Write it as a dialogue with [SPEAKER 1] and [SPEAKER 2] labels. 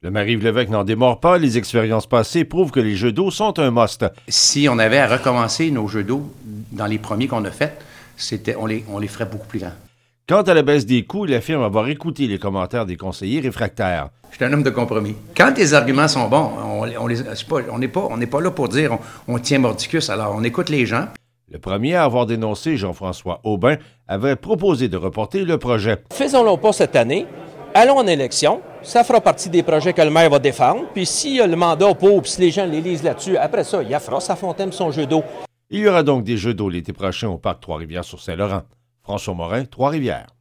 [SPEAKER 1] Le Marie-Yves Lévesque n'en démord pas, les expériences passées prouvent que les jeux d'eau sont un must.
[SPEAKER 2] Si on avait à recommencer nos jeux d'eau dans les premiers qu'on a faits, c'était, on, les, on les ferait beaucoup plus grands.
[SPEAKER 1] Quant à la baisse des coûts, il affirme avoir écouté les commentaires des conseillers réfractaires.
[SPEAKER 2] Je suis un homme de compromis. Quand les arguments sont bons, on n'est on les- c'est pas, on n'est pas, on n'est pas là pour dire on, on tient mordicus, alors on écoute les gens.
[SPEAKER 1] Le premier à avoir dénoncé Jean-François Aubin avait proposé de reporter le projet.
[SPEAKER 3] Faisons-le pas cette année. Allons en élection. Ça fera partie des projets que le maire va défendre. Puis si euh, le mandat pauvre, si les gens l'élisent là-dessus, après ça, il y a fera sa fontaine son jeu d'eau.
[SPEAKER 1] Il y aura donc des jeux d'eau l'été prochain au parc Trois-Rivières sur Saint-Laurent. François Morin, Trois-Rivières.